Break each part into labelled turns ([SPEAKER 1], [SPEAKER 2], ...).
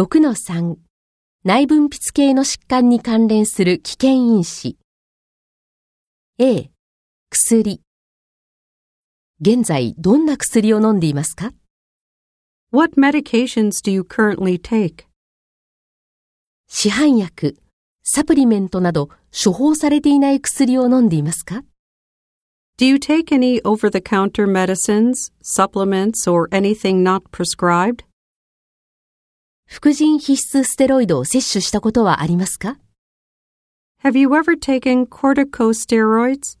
[SPEAKER 1] 6-3内分泌系の疾患に関連する危険因子 A 薬現在どんな薬を飲んでいますか
[SPEAKER 2] What medications do you currently take?
[SPEAKER 1] 市販薬、サプリメントなど処方されていない薬を飲んでいますか
[SPEAKER 2] Do you take any over the counter medicines, supplements, or anything not prescribed?
[SPEAKER 1] 副腎必須ステロイドを摂取したことはありますか
[SPEAKER 2] Have you ever taken corticosteroids?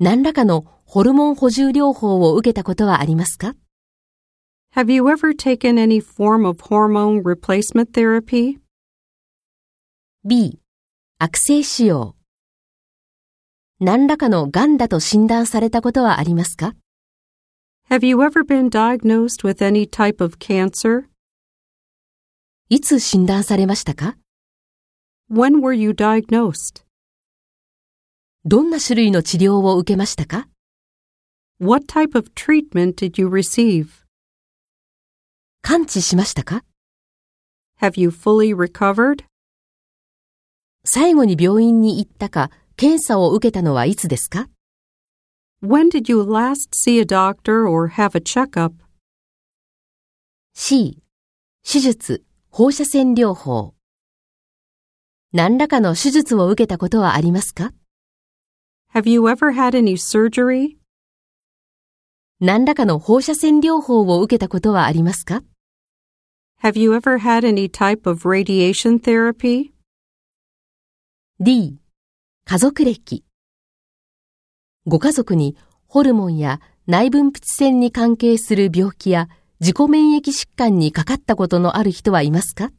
[SPEAKER 1] 何らかのホルモン補充療法を受けたことはありますか
[SPEAKER 2] Have you ever taken any form of hormone replacement therapy?
[SPEAKER 1] B、悪性腫瘍。何らかの癌だと診断されたことはありますか
[SPEAKER 2] Have you ever been diagnosed with any type of cancer?
[SPEAKER 1] いつ診断されましたか
[SPEAKER 2] When were you diagnosed?
[SPEAKER 1] どんな種類の治療を受けましたか
[SPEAKER 2] What type of treatment did you receive?
[SPEAKER 1] 完治しましたか
[SPEAKER 2] Have you fully recovered?
[SPEAKER 1] 最後に病院に行ったか、検査を受けたのはいつですか
[SPEAKER 2] When did you last see a doctor or have a checkup?
[SPEAKER 1] C、手術、放射線療法。何らかの手術を受けたことはありますか
[SPEAKER 2] Have you ever had any surgery?
[SPEAKER 1] 何らかの放射線療法を受けたことはありますか
[SPEAKER 2] Have you ever had any type of radiation therapy?
[SPEAKER 1] D、家族歴。ご家族にホルモンや内分泌腺に関係する病気や自己免疫疾患にかかったことのある人はいますか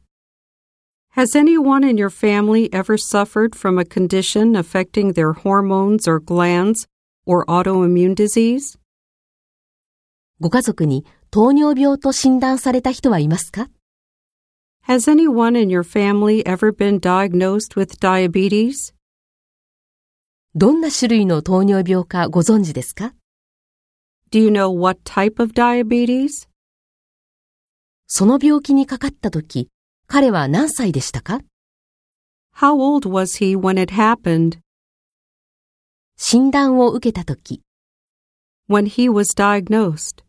[SPEAKER 2] Has anyone in your family ever suffered from a condition affecting their hormones or glands or autoimmune disease?
[SPEAKER 1] ご家族に糖尿病と診断された人はいますか
[SPEAKER 2] Has anyone in your family ever been diagnosed with diabetes?
[SPEAKER 1] どんな種類の糖尿病かご存知ですか
[SPEAKER 2] Do you know what type of diabetes?
[SPEAKER 1] その病気にかかった時、彼は何歳でしたか
[SPEAKER 2] How old was he when it happened?
[SPEAKER 1] 診断を受けた時、
[SPEAKER 2] When he was diagnosed?